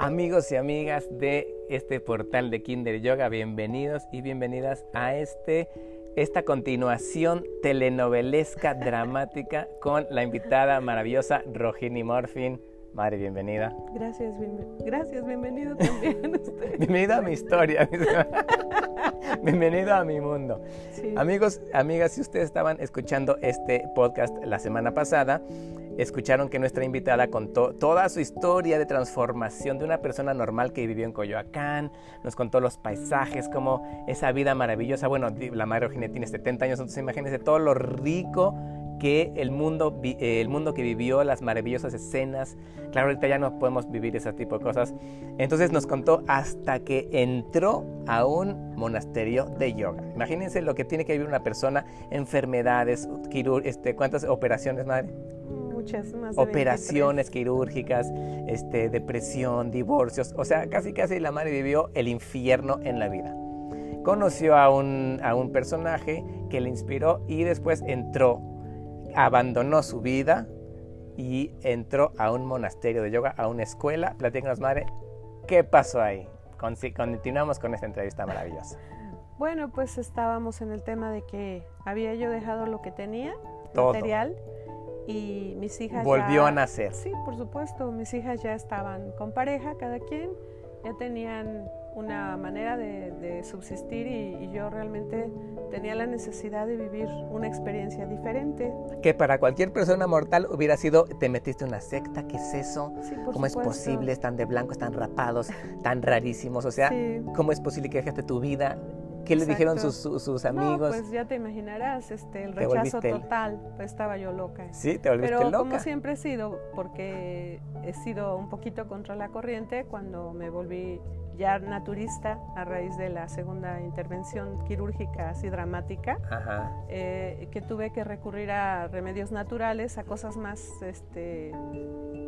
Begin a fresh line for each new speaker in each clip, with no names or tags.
Amigos y amigas de este portal de Kinder Yoga, bienvenidos y bienvenidas a este esta continuación telenovelesca dramática con la invitada maravillosa Rogini Morfin. Mari, bienvenida.
Gracias, bien, gracias, bienvenido también usted.
Bienvenido a mi historia. bienvenido a mi mundo.
Sí.
Amigos, amigas, si ustedes estaban escuchando este podcast la semana pasada, escucharon que nuestra invitada contó toda su historia de transformación de una persona normal que vivió en Coyoacán, nos contó los paisajes, como esa vida maravillosa. Bueno, la madre Eugenia tiene 70 años, entonces imagínense todo lo rico que el mundo, eh, el mundo que vivió, las maravillosas escenas. Claro, ahorita ya no podemos vivir ese tipo de cosas. Entonces nos contó hasta que entró a un monasterio de yoga. Imagínense lo que tiene que vivir una persona, enfermedades, este, cuántas operaciones, madre.
Muchas más. De
Operaciones quirúrgicas, este, depresión, divorcios. O sea, casi casi la madre vivió el infierno en la vida. Conoció a un, a un personaje que le inspiró y después entró abandonó su vida y entró a un monasterio de yoga, a una escuela. Platícanos, madre, ¿qué pasó ahí? Continuamos con esta entrevista maravillosa.
Bueno, pues estábamos en el tema de que había yo dejado lo que tenía,
Todo.
material, y mis hijas.
Volvió
ya-
a nacer.
Sí, por supuesto, mis hijas ya estaban con pareja, cada quien, ya tenían una manera de, de subsistir y- y yo realmente tenía la necesidad de vivir una experiencia diferente.
Que para cualquier persona mortal hubiera sido, te metiste en una secta, ¿qué es eso?
Sí, por
¿Cómo
supuesto.
es posible? Están de blanco, están rapados, tan rarísimos. O sea,
Sí.
¿cómo es posible que dejaste tu vida? ¿Qué le dijeron
Exacto.
sus, sus- sus
No,
amigos?
pues ya te imaginarás, este, el
Te
rechazo
volviste el-
total, pues estaba yo loca.
sí, te volviste
Pero como
loca.
siempre he sido, porque he sido un poquito contra la corriente cuando me volví ya naturista a raíz de la segunda intervención quirúrgica así dramática,
Ajá.
eh, que tuve que recurrir a remedios naturales, a cosas más, este,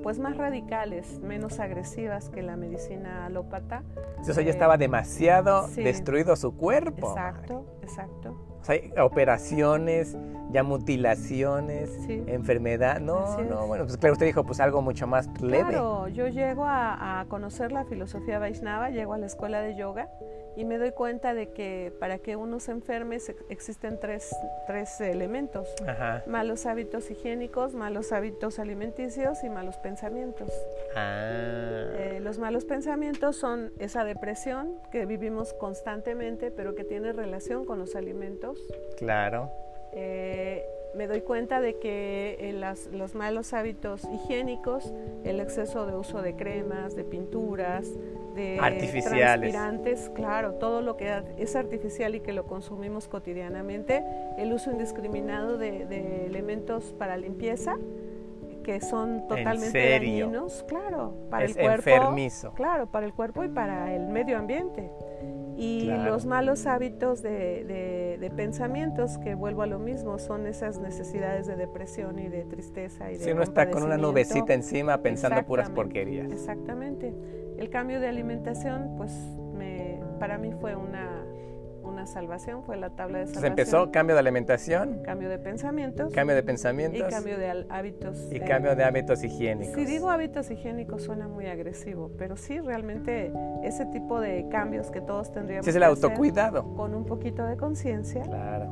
pues más radicales, menos agresivas que la medicina alópata.
Entonces ya
Eh,
estaba demasiado
sí.
destruido su cuerpo. madre.
Exacto, exacto.
O sea, hay operaciones, ya mutilaciones,
Sí.
enfermedad. No,
Así
no,
es.
bueno, pues claro, usted dijo pues algo mucho más leve.
Claro, yo llego a, a conocer la filosofía Vaishnava, llego a la escuela de yoga y me doy cuenta de que para que uno se enferme se- existen tres, tres elementos.
Ajá.
Malos hábitos higiénicos, malos hábitos alimenticios y malos pensamientos.
Ah.
Eh, los malos pensamientos son esa depresión que vivimos constantemente pero que tiene relación con los alimentos.
Claro.
Eh, me doy cuenta de que eh, las- los malos hábitos higiénicos, el exceso de uso de cremas, de pinturas, de
Artificiales.
transpirantes, claro, todo lo que es artificial y que lo consumimos cotidianamente, el uso indiscriminado de, de elementos para limpieza que son totalmente
serio?
dañinos, claro, para
es
el cuerpo,
enfermizo.
Claro, para el cuerpo y para el medio ambiente. Y
Claro.
los malos hábitos de, de- de pensamientos, que vuelvo a lo mismo, son esas necesidades de depresión y de tristeza. Y de
Si uno está con una nubecita
compadecimiento.
encima pensando puras
Exactamente.
porquerías.
Exactamente. El cambio de alimentación, pues me, para mí fue una, una salvación, fue la tabla de
Entonces
salvación.
Pues empezó cambio de alimentación,
Cambio de pensamientos
cambio de
y
pensamientos y cambio,
cambio de al- hábitos. eh,
de hábitos higiénicos.
Si digo hábitos higiénicos suena muy agresivo, pero sí, realmente ese tipo de cambios que todos tendríamos
Sí, es el
que hacer
autocuidado.
con un poquito de conciencia,
Claro.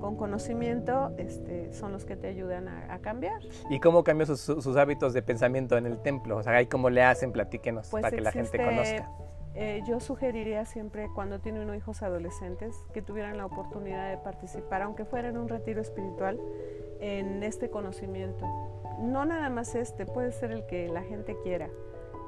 con conocimiento, este, son los que te ayudan a, a cambiar.
¿Y cómo cambió sus, sus- sus hábitos de pensamiento en el templo? O sea, ahí cómo le hacen, platíquenos
Pues
para que la gente
existe-
conozca.
Eh, yo sugeriría siempre cuando tiene uno hijos adolescentes que tuvieran la oportunidad de participar, aunque fuera en un retiro espiritual, en este conocimiento. No nada más este, puede ser el que la gente quiera,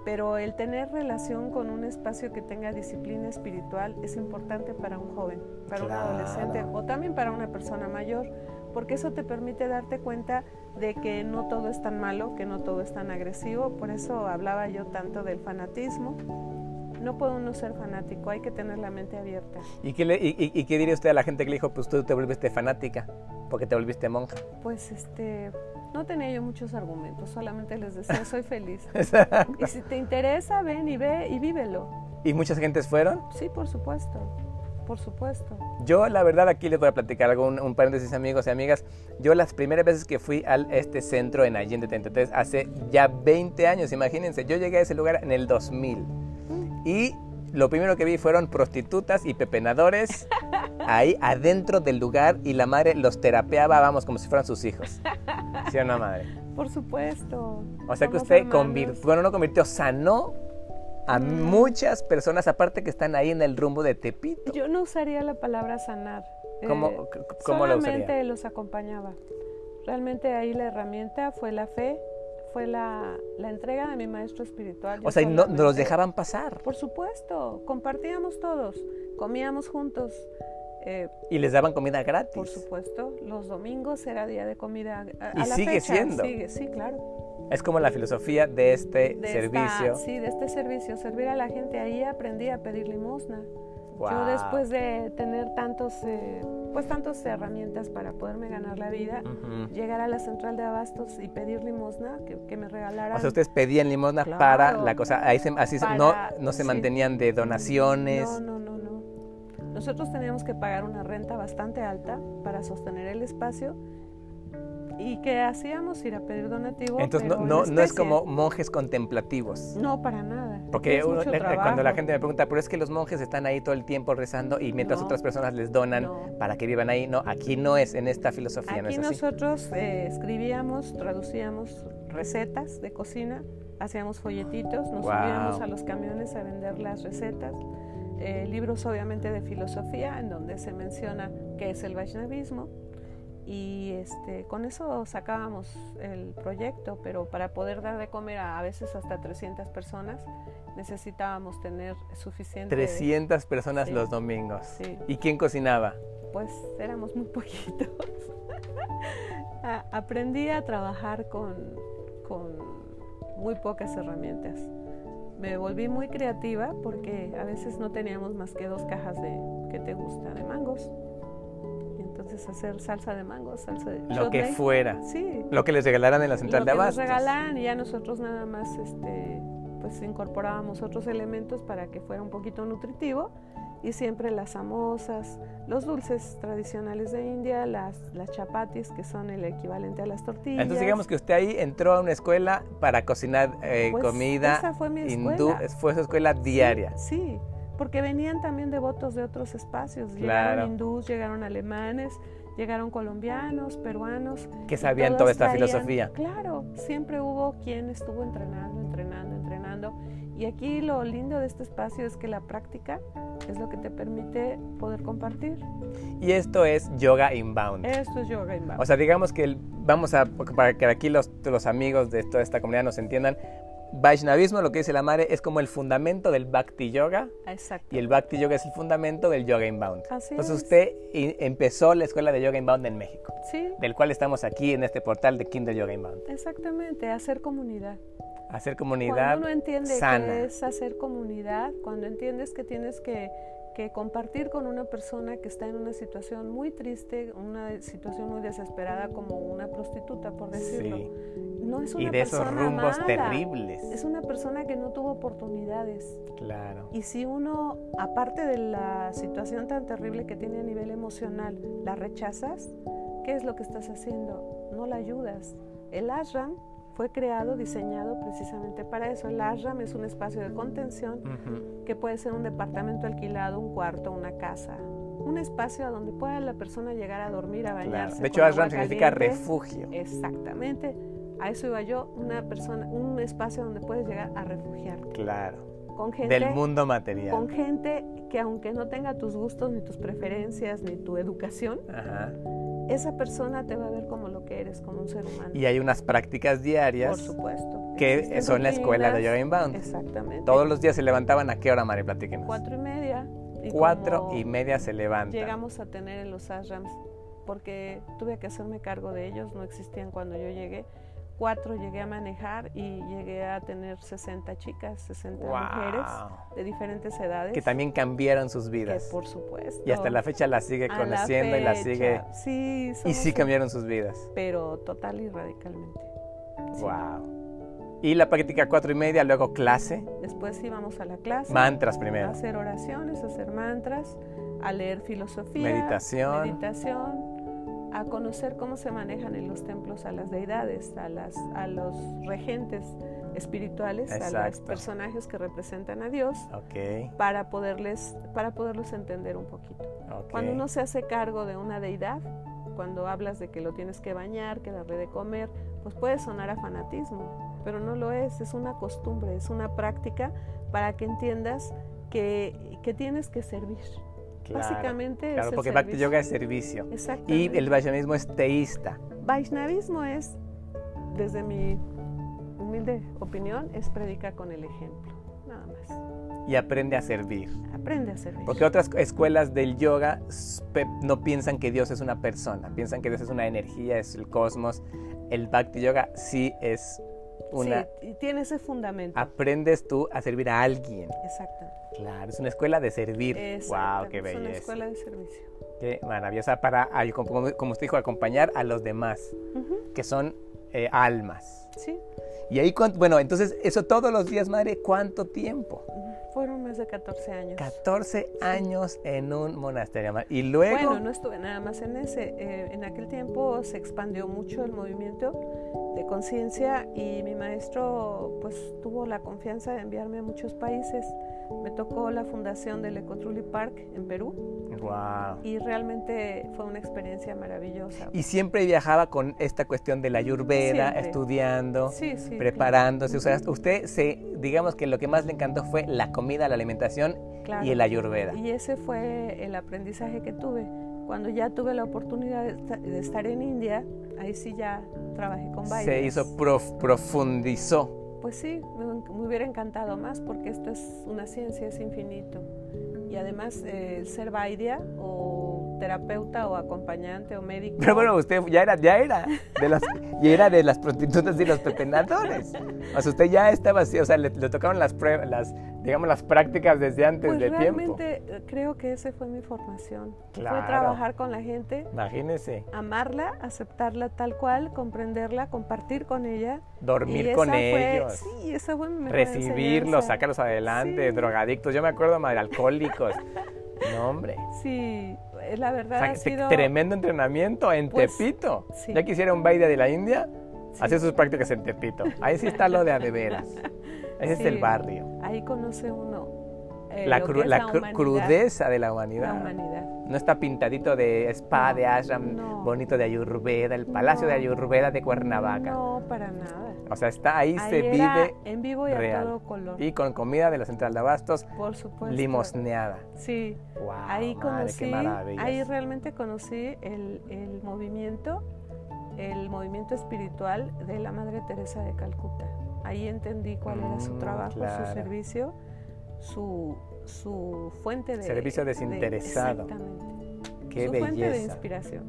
pero el tener relación con un espacio que tenga disciplina espiritual es importante para un joven, para
Claro.
un adolescente o también para una persona mayor, porque eso te permite darte cuenta de que no todo es tan malo, que no todo es tan agresivo, por eso hablaba yo tanto del fanatismo. No puede uno ser fanático, hay que tener la mente abierta.
¿Y qué, le- y- y- y qué diría usted a la gente que le dijo, pues tú te volviste fanática, porque te volviste monja?
Pues este, no tenía yo muchos argumentos, solamente les decía, soy feliz. Y si te interesa, ven y ve y vívelo.
y muchas gentes fueron.
Sí, por supuesto, por supuesto.
Yo, la verdad, aquí les voy a platicar algo, un, un paréntesis, amigos y amigas. Yo las primeras veces que fui a este centro en Allende 33, hace ya 20 años, imagínense, yo llegué a ese lugar en el 2000.
Mm.
Y lo primero que vi fueron prostitutas y pepenadores ahí adentro del lugar y la madre los terapeaba, vamos, como si fueran sus hijos. ¿Sí o no, madre?
Por supuesto.
O sea que
Somos
usted
hermanos.
convirtió, bueno, no convirtió, sanó a
Mm.
muchas personas, aparte que están ahí en el rumbo de Tepito.
Yo no usaría la palabra sanar. eh,
¿Cómo, c- cómo la
solamente
usaría?
los acompañaba. Realmente ahí la herramienta fue la fe, fue la, la entrega de mi maestro espiritual. Yo
O sea, y no,
solamente-
no los dejaban pasar
Por supuesto, compartíamos todos, comíamos juntos. eh,
y les daban comida gratis.
por supuesto, los domingos era día de comida. A, a
Y
la
sigue
fecha,
siendo.
sigue- sí, claro.
Es como la filosofía de este
De
servicio.
esta- sí, de este servicio, servir a la gente. Ahí aprendí a pedir limosna. Yo
Guau.
después de tener tantos, eh, pues tantas herramientas para poderme ganar la vida,
Ujú.
llegar a la central de abastos y pedir limosna, que, que me regalaran.
O sea, ustedes pedían limosna
Claro.
para la cosa. Ahí se- así se- no,
Para-
no se
sí.
mantenían de donaciones.
No, no, no, no. Nosotros teníamos que pagar una renta bastante alta para sostener el espacio. ¿Y qué hacíamos? Ir a pedir donativo.
Entonces, no,
pero en
no, no es
especie.
como monjes contemplativos.
No, para nada.
Porque
Es
uno-
mucho
le- cuando la
trabajo.
gente me pregunta, pero es que los monjes están ahí todo el tiempo rezando y mientras
No.
otras personas les donan
No.
para que vivan ahí. No, aquí no es, en esta filosofía
Aquí
no es así.
nosotros eh, escribíamos, traducíamos recetas de cocina, hacíamos folletitos, nos
Wow.
subíamos a los camiones a vender las recetas. Eh, libros obviamente de filosofía en donde se menciona qué es el Vaishnavismo y este, con eso sacábamos el proyecto, pero para poder dar de comer a, a veces hasta 300 personas necesitábamos tener suficiente...
300 personas
Sí.
los domingos.
Sí.
¿Y quién cocinaba?
pues éramos muy poquitos. A- Aprendí a trabajar con, con muy pocas herramientas. Me volví muy creativa porque a veces no teníamos más que dos cajas de que te gusta de mangos. Y entonces hacer salsa de mangos, salsa de
Lo que
chutney.
fuera.
Sí.
Lo que les regalaran en la central
Lo
de
que nos
abastos.
regalan y ya nosotros nada más este pues incorporábamos otros elementos para que fuera un poquito nutritivo y siempre las samosas, los dulces tradicionales de India, las, las chapatis que son el equivalente a las tortillas.
Entonces digamos que usted ahí entró a una escuela para cocinar eh,
Pues,
comida
esa fue mi
hindú,
escuela.
fue su escuela diaria.
Sí, porque venían también devotos de otros espacios,
Claro.
llegaron hindús, llegaron alemanes, llegaron colombianos, peruanos,
que sabían
todos
toda esta
traían-
filosofía.
Claro, siempre hubo quien estuvo entrenando, entrenando, entrenando. Y aquí lo lindo de este espacio es que la práctica es lo que te permite poder compartir.
Y esto es yoga inbound.
Esto es yoga inbound.
O sea, digamos que el- vamos a, para que aquí los, los amigos de toda esta comunidad nos entiendan, Vaishnavismo, lo que dice la madre, es como el fundamento del Bhakti Yoga
Exacto.
y el Bhakti Yoga es el fundamento del yoga inbound.
Así
Entonces
es.
usted i- empezó la escuela de yoga inbound en México,
Sí,
del cual estamos aquí en este portal de Kindle Yoga Inbound.
exactamente, hacer comunidad.
Hacer
Cuando
comunidad
uno entiende
sana.
que es hacer comunidad, cuando entiendes que tienes que, que compartir con una persona que está en una situación muy triste, una situación muy desesperada como una prostituta, por decirlo.
Sí.
No es una
Y de esos
persona
rumbos
mala.
terribles.
Es una persona que no tuvo oportunidades.
Claro.
Y si uno, aparte de la situación tan terrible que tiene a nivel emocional, la rechazas, ¿qué es lo que estás haciendo? No la ayudas. El ashram fue creado, diseñado precisamente para eso. El ashram es un espacio de contención
Ujú.
que puede ser un departamento alquilado, un cuarto, una casa. Un espacio a donde pueda la persona llegar a dormir, a
Claro.
bañarse.
De hecho,
con agua
ashram significa
caliente. Eh,
refugio.
Exactamente. A eso iba yo, una persona, un espacio donde puedes llegar a refugiarte.
Claro.
Con gente,
Del mundo material.
con gente que aunque no tenga tus gustos, ni tus preferencias, ni tu educación,
Ajá.
esa persona te va a ver como lo que eres, como un ser humano.
Y hay unas prácticas
Por
diarias
supuesto.
que
Existen
son la escuela de
rutinas.
Yoga Inbound.
Exactamente.
Todos los días se levantaban a qué hora, Mari, platíquenos.
Cuatro y media. y
Cuatro
como
y media se levantan.
Llegamos a tener en los ashrams, porque tuve que hacerme cargo de ellos, no existían cuando yo llegué. Cuatro llegué a manejar y llegué a tener 60 chicas, 60 mujeres
Wow.
de diferentes edades.
Que también cambiaron sus
que
vidas.
por supuesto.
Y hasta la fecha la sigue
a la
conociendo y la
fecha,
sigue.
Sí,
Y
somos
sí
un-
cambiaron sus vidas.
Pero total y radicalmente. Sí.
Wow. Y la práctica cuatro y media, luego clase,
Después íbamos a la clase.
mantras
a
primero.
hacer oraciones, a hacer mantras, a leer filosofía,
Meditación.
meditación, a conocer cómo se manejan en los templos a las deidades, a, las, a los regentes espirituales, a los
Exacto.
personajes que representan a Dios,
Ok,
para, poderles, para poderlos entender un poquito.
ok.
Cuando uno se hace cargo de una deidad, cuando hablas de que lo tienes que bañar, que darle de comer, pues puede sonar a fanatismo, pero no lo es, es una costumbre, es una práctica para que entiendas que, que tienes que servir.
Claro,
Básicamente
Claro,
es el
porque Bhakti
servicio.
Yoga es servicio. Y
Exactamente.
el Vaishnavismo es teísta.
Vaishnavismo es, desde mi humilde opinión, es predica con el ejemplo, nada más.
Y aprende a servir.
Aprende a servir.
Porque otras escuelas del yoga s- pe- no piensan que Dios es una persona, piensan que Dios es una energía, es el cosmos. El Bhakti Yoga sí es una... Ah.
Sí, y tiene ese fundamento.
Aprendes tú a servir a alguien.
Exacto.
Claro, es una escuela de servir. ¡Wow! ¡Qué
Es una
belleza!
escuela de servicio.
¡Qué maravillosa! Para, al- como como usted dijo, acompañar a los demás,
Ujú,
que son eh, almas.
Sí.
Y ahí, cuan- bueno, entonces, eso todos los días, madre, ¿cuánto tiempo?
Fueron más de 14 años.
14 años en un monasterio. madre. Y luego...
Bueno, no estuve nada más en ese. eh, en aquel tiempo se expandió mucho el movimiento de conciencia y mi maestro pues tuvo la confianza de enviarme a muchos países. Me tocó la fundación del Ecotruli Park en Perú
¡Wow!
y realmente fue una experiencia maravillosa.
Y siempre viajaba con esta cuestión de la ayurveda,
Siempre.
estudiando,
sí, sí.
preparándose. O sea, usted se, digamos que lo que más le encantó fue la comida, la alimentación
claro.
y el ayurveda.
Y ese fue el aprendizaje que tuve. Cuando ya tuve la oportunidad de esta- de estar en India, ahí sí ya trabajé con bailes.
Se hizo prof- profundizó.
Pues sí, me, me hubiera encantado más porque esto es una ciencia, es infinito. Y además eh, el ser vaidia o terapeuta o acompañante o médico.
Pero bueno, usted ya era, ya era de las, ya era de las prostitutas y los pepenadores. O sea, usted ya estaba así, o sea, le, le tocaron las pruebas, las, digamos, las prácticas desde antes
pues
de tiempo.
realmente eh, creo que esa fue mi formación. Fue
Claro.
trabajar con la gente,
Imagínese,
amarla, aceptarla tal cual, comprenderla, compartir con ella.
dormir
y
con
esa fue-
ellos.
Sí, esa fue mi mejor
recibirlos,
enseñanza.
sacarlos adelante,
Sí.
drogadictos, yo me acuerdo madre, alcohólicos. No, hombre.
Sí, eh, la
O
verdad
sea,
ha
te-
sido...
este tremendo entrenamiento en
Pues,
Tepito.
sí.
Ya quisiera un baile de la India,
sí.
hacer sus prácticas en Tepito. Ahí sí está lo de a de veras. Ese es
Sí.
el barrio.
Ahí conoce uno eh,
la
lo que
cru-
es
la
la
cru-
humanidad,
crudeza de la humanidad.
La humanidad.
No está pintadito de spa,
No,
de ashram,
no.
bonito de Ayurveda, el palacio
No.
de Ayurveda de Cuernavaca.
No, para nada.
O sea, está ahí,
Ahí
se
era
vive
en vivo y a
real.
todo color.
y con comida de la central de abastos,
por supuesto.
limosneada.
Sí,
Wow,
Pues, ahí
Ah, madre, qué
conocí,
maravillas.
ahí realmente conocí el, el movimiento, el movimiento espiritual de la Madre Teresa de Calcuta. Ahí entendí cuál era su
Mm,
trabajo,
claro.
su servicio, su, su fuente de...
Servicio desinteresado.
exactamente.
Qué
su fuente de
belleza.
inspiración.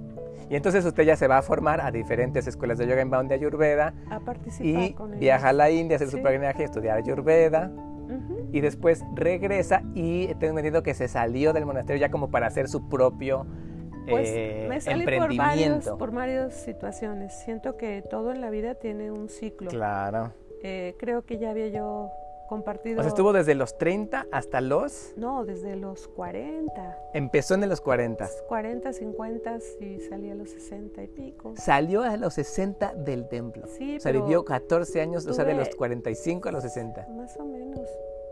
Y entonces usted ya se va a formar a diferentes escuelas de yoga en Bound de Ayurveda
A participar
y
con ellos.
viaja a la India a hacer su
Sí.
peregrinaje, a estudiar Ayurveda
Ujú.
y después regresa y tengo entendido que se salió del monasterio ya como para hacer su propio
Pues
eh,
me salí por varios,
emprendimiento.
por varias situaciones. Siento que todo en la vida tiene un ciclo.
Claro.
Eh, creo que ya había yo compartido.
O sea, estuvo desde los 30 hasta los...
No, desde los 40,
Empezó en los 40.
40, 50 y salí a los 60 y pico.
Salió a los 60 del templo.
Sí,
o sea,
pero
vivió 14 años, o sea, de
tuve-
los 45 a los 60.
más o menos,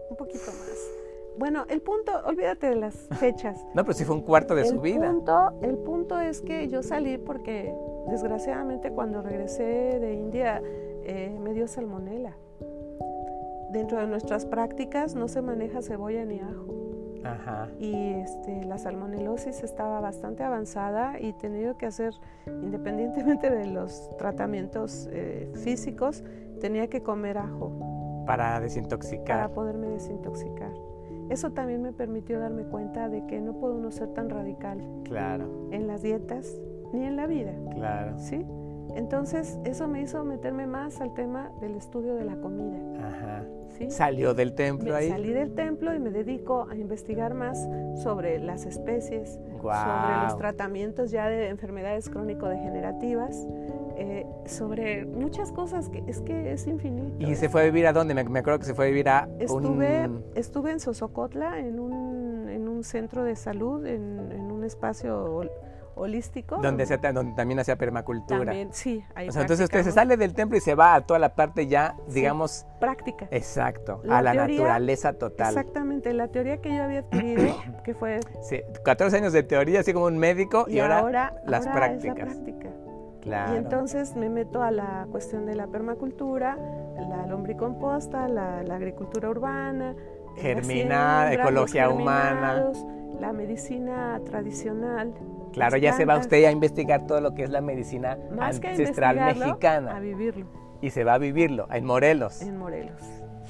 un poquito más. Bueno, el punto, olvídate de las fechas.
No, pero sí fue un cuarto de
el
su vida.
Punto, el punto es que yo salí porque desgraciadamente cuando regresé de India eh, me dio salmonela. Dentro de nuestras prácticas no se maneja cebolla ni ajo
Ajá.
y este, la salmonelosis estaba bastante avanzada y tenía que hacer, independientemente de los tratamientos eh, físicos, tenía que comer ajo
Para
para
desintoxicar.
poderme desintoxicar. Eso también me permitió darme cuenta de que no puedo no ser tan radical
Claro.
en las dietas ni en la vida,
Claro.
¿sí? Entonces eso me hizo meterme más al tema del estudio de la comida,
Ajá.
¿sí?
Salió del
Me-
templo ahí.
salí del templo y me dedico a investigar más sobre las especies, sobre los
Guau.
tratamientos ya de enfermedades crónico-degenerativas, eh, sobre muchas cosas que es que es infinito.
¿Y se fue a vivir a dónde? Me, me acuerdo que se fue a vivir a
Estuve,
un...
estuve en Sosocotla, en un, en un centro de salud, en, en un espacio hol- holístico.
Donde, se, donde también hacía permacultura.
También, sí, ahí
O sea, entonces usted se
practicamos
sale del templo y se va a toda la parte ya, digamos,
Práctica.
Eh, exacto,
La
a la
teoría-
naturaleza total.
Exactamente, la teoría que yo había adquirido, que fue...
Sí, 14 años de teoría, así como un médico, y, ahora, las
ahora es la
prácticas.
práctica.
Claro.
Y entonces me meto a la cuestión de la permacultura, la lombricomposta, la, la agricultura urbana, eh,
Germinar,
las siembras,
ecología
los
humana.
germinados, La medicina tradicional.
claro,
las
ya se va
plantas.
usted a investigar todo lo que es la medicina
Más que a
ancestral
investigarlo, A
mexicana
vivirlo
y se va a vivirlo en Morelos.
en Morelos.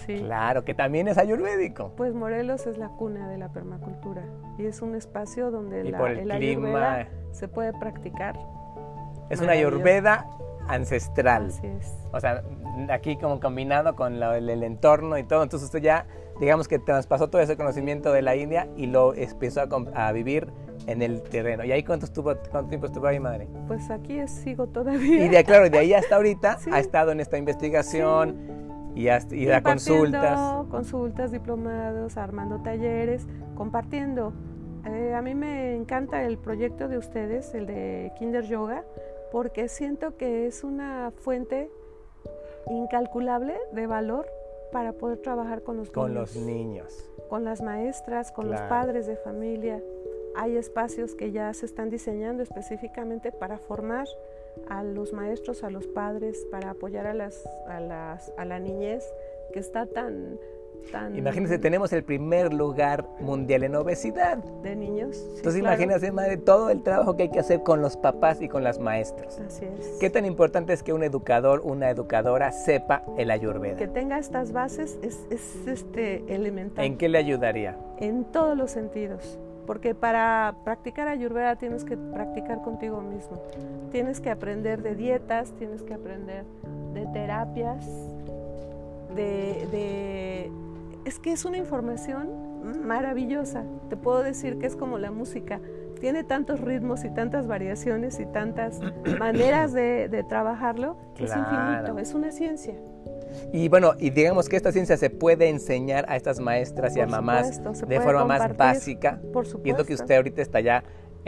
Sí.
Claro, que también es ayurvédico.
Pues Morelos es la cuna de la permacultura y es un espacio donde
Y
la,
por el clima.
ayurveda se puede practicar.
Es una
Maravilloso.
ayurveda ancestral.
Así es.
O sea, aquí como combinado con la- el, el entorno y todo. Entonces usted ya, digamos que traspasó todo ese conocimiento de la India y lo empezó a, com- a vivir en el terreno. ¿Y ahí cuánto, estuvo, cuánto tiempo estuvo ahí, madre?
Pues aquí es- sigo
Y
todavía.
de, claro, de ahí hasta ahorita
Sí.
ha estado en esta investigación y, hasta- y da
Impartiendo
consultas.
Consultas, diplomados, armando talleres, compartiendo. Eh, a mí me encanta el proyecto de ustedes, el de Kinder Yoga, porque siento que es una fuente incalculable de valor para poder trabajar con los
Con
niños,
los niños.
con las maestras, con los
Claro.
padres de familia. Hay espacios que ya se están diseñando específicamente para formar a los maestros, a los padres, para apoyar a, las, a, las, a la niñez que está tan, tan
Imagínense, tenemos el primer lugar mundial en obesidad.
de niños. Sí,
Entonces
claro.
imagínense, madre, todo el trabajo que hay que hacer con los papás y con las maestras.
Así es.
¿Qué tan importante es que un educador, una educadora sepa el
que
ayurveda?
tenga estas bases es, es, este elemental
¿En
en,
qué le ayudaría?
todos los sentidos. Porque para practicar ayurveda tienes que practicar contigo mismo. Tienes que aprender de dietas, tienes que aprender de terapias, de, de- Es que es una información maravillosa. Te puedo decir que es como la música. Tiene tantos ritmos y tantas variaciones y tantas maneras de, de trabajarlo que es
Claro.
infinito. Es una ciencia.
Y bueno, y digamos que esta ciencia se puede enseñar a estas maestras y a
Por
mamás
supuesto, se
de
puede
forma más
compartir,
básica. Y
Por
es lo que
supuesto.
usted ahorita está ya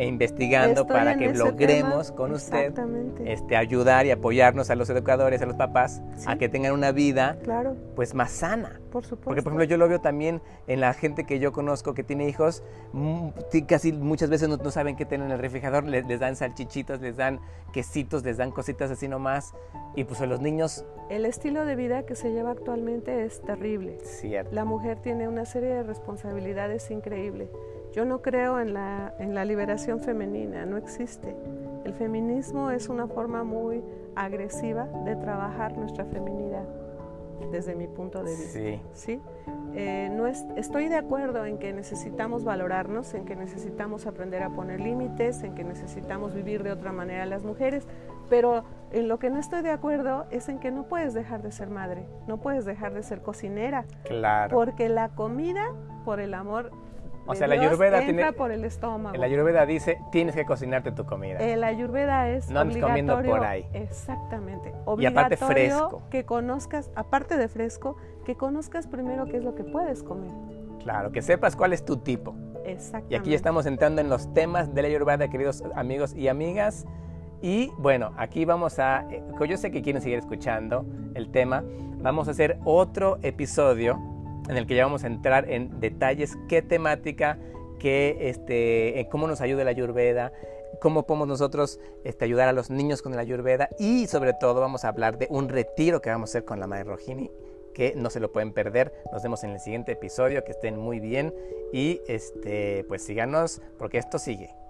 investigando
Estoy
para
en
que
ese
logremos
tema,
con usted
Exactamente.
este, ayudar y apoyarnos a los educadores, a los papás,
Sí.
a que tengan una vida
Claro,
pues más sana.
por supuesto.
Porque, por ejemplo, yo lo veo también en la gente que yo conozco que tiene hijos, mm, ti- casi muchas veces no, no saben qué tienen en el refrigerador, le- les, dan salchichitas, les dan quesitos, les dan cositas así nomás. Y pues a los niños,
el estilo de vida que se lleva actualmente es terrible.
cierto.
La mujer tiene una serie de responsabilidades increíbles. Yo no creo en la, en la liberación femenina, no existe. El feminismo es una forma muy agresiva de trabajar nuestra feminidad, desde mi punto de vista.
Sí,
¿sí? Eh, no es- estoy de acuerdo en que necesitamos valorarnos, en que necesitamos aprender a poner límites, en que necesitamos vivir de otra manera las mujeres, pero en lo que no estoy de acuerdo es en que no puedes dejar de ser madre, no puedes dejar de ser cocinera,
claro.
porque la comida, por el amor,
O
de
sea, la
Dios,
Ayurveda
entra
tiene-
por el estómago.
En la Ayurveda dice, tienes que cocinarte tu comida.
El ayurveda es
No andes comiendo
obligatorio.
por ahí.
Exactamente.
Y aparte
Obligatorio
fresco.
Que conozcas, aparte de fresco, que conozcas primero qué es lo que puedes comer.
Claro, que sepas cuál es tu tipo.
Exactamente.
Y aquí estamos entrando en los temas de la Ayurveda, queridos amigos y amigas. Y bueno, aquí vamos a, eh, yo sé que quieren seguir escuchando el tema, vamos a hacer otro episodio en el que ya vamos a entrar en detalles, qué temática, qué, este, eh, cómo nos ayuda la Ayurveda, cómo podemos nosotros este, ayudar a los niños con la Ayurveda y sobre todo vamos a hablar de un retiro que vamos a hacer con la Madre Rojini que no se lo pueden perder. Nos vemos en el siguiente episodio, que estén muy bien y este, pues síganos porque esto sigue.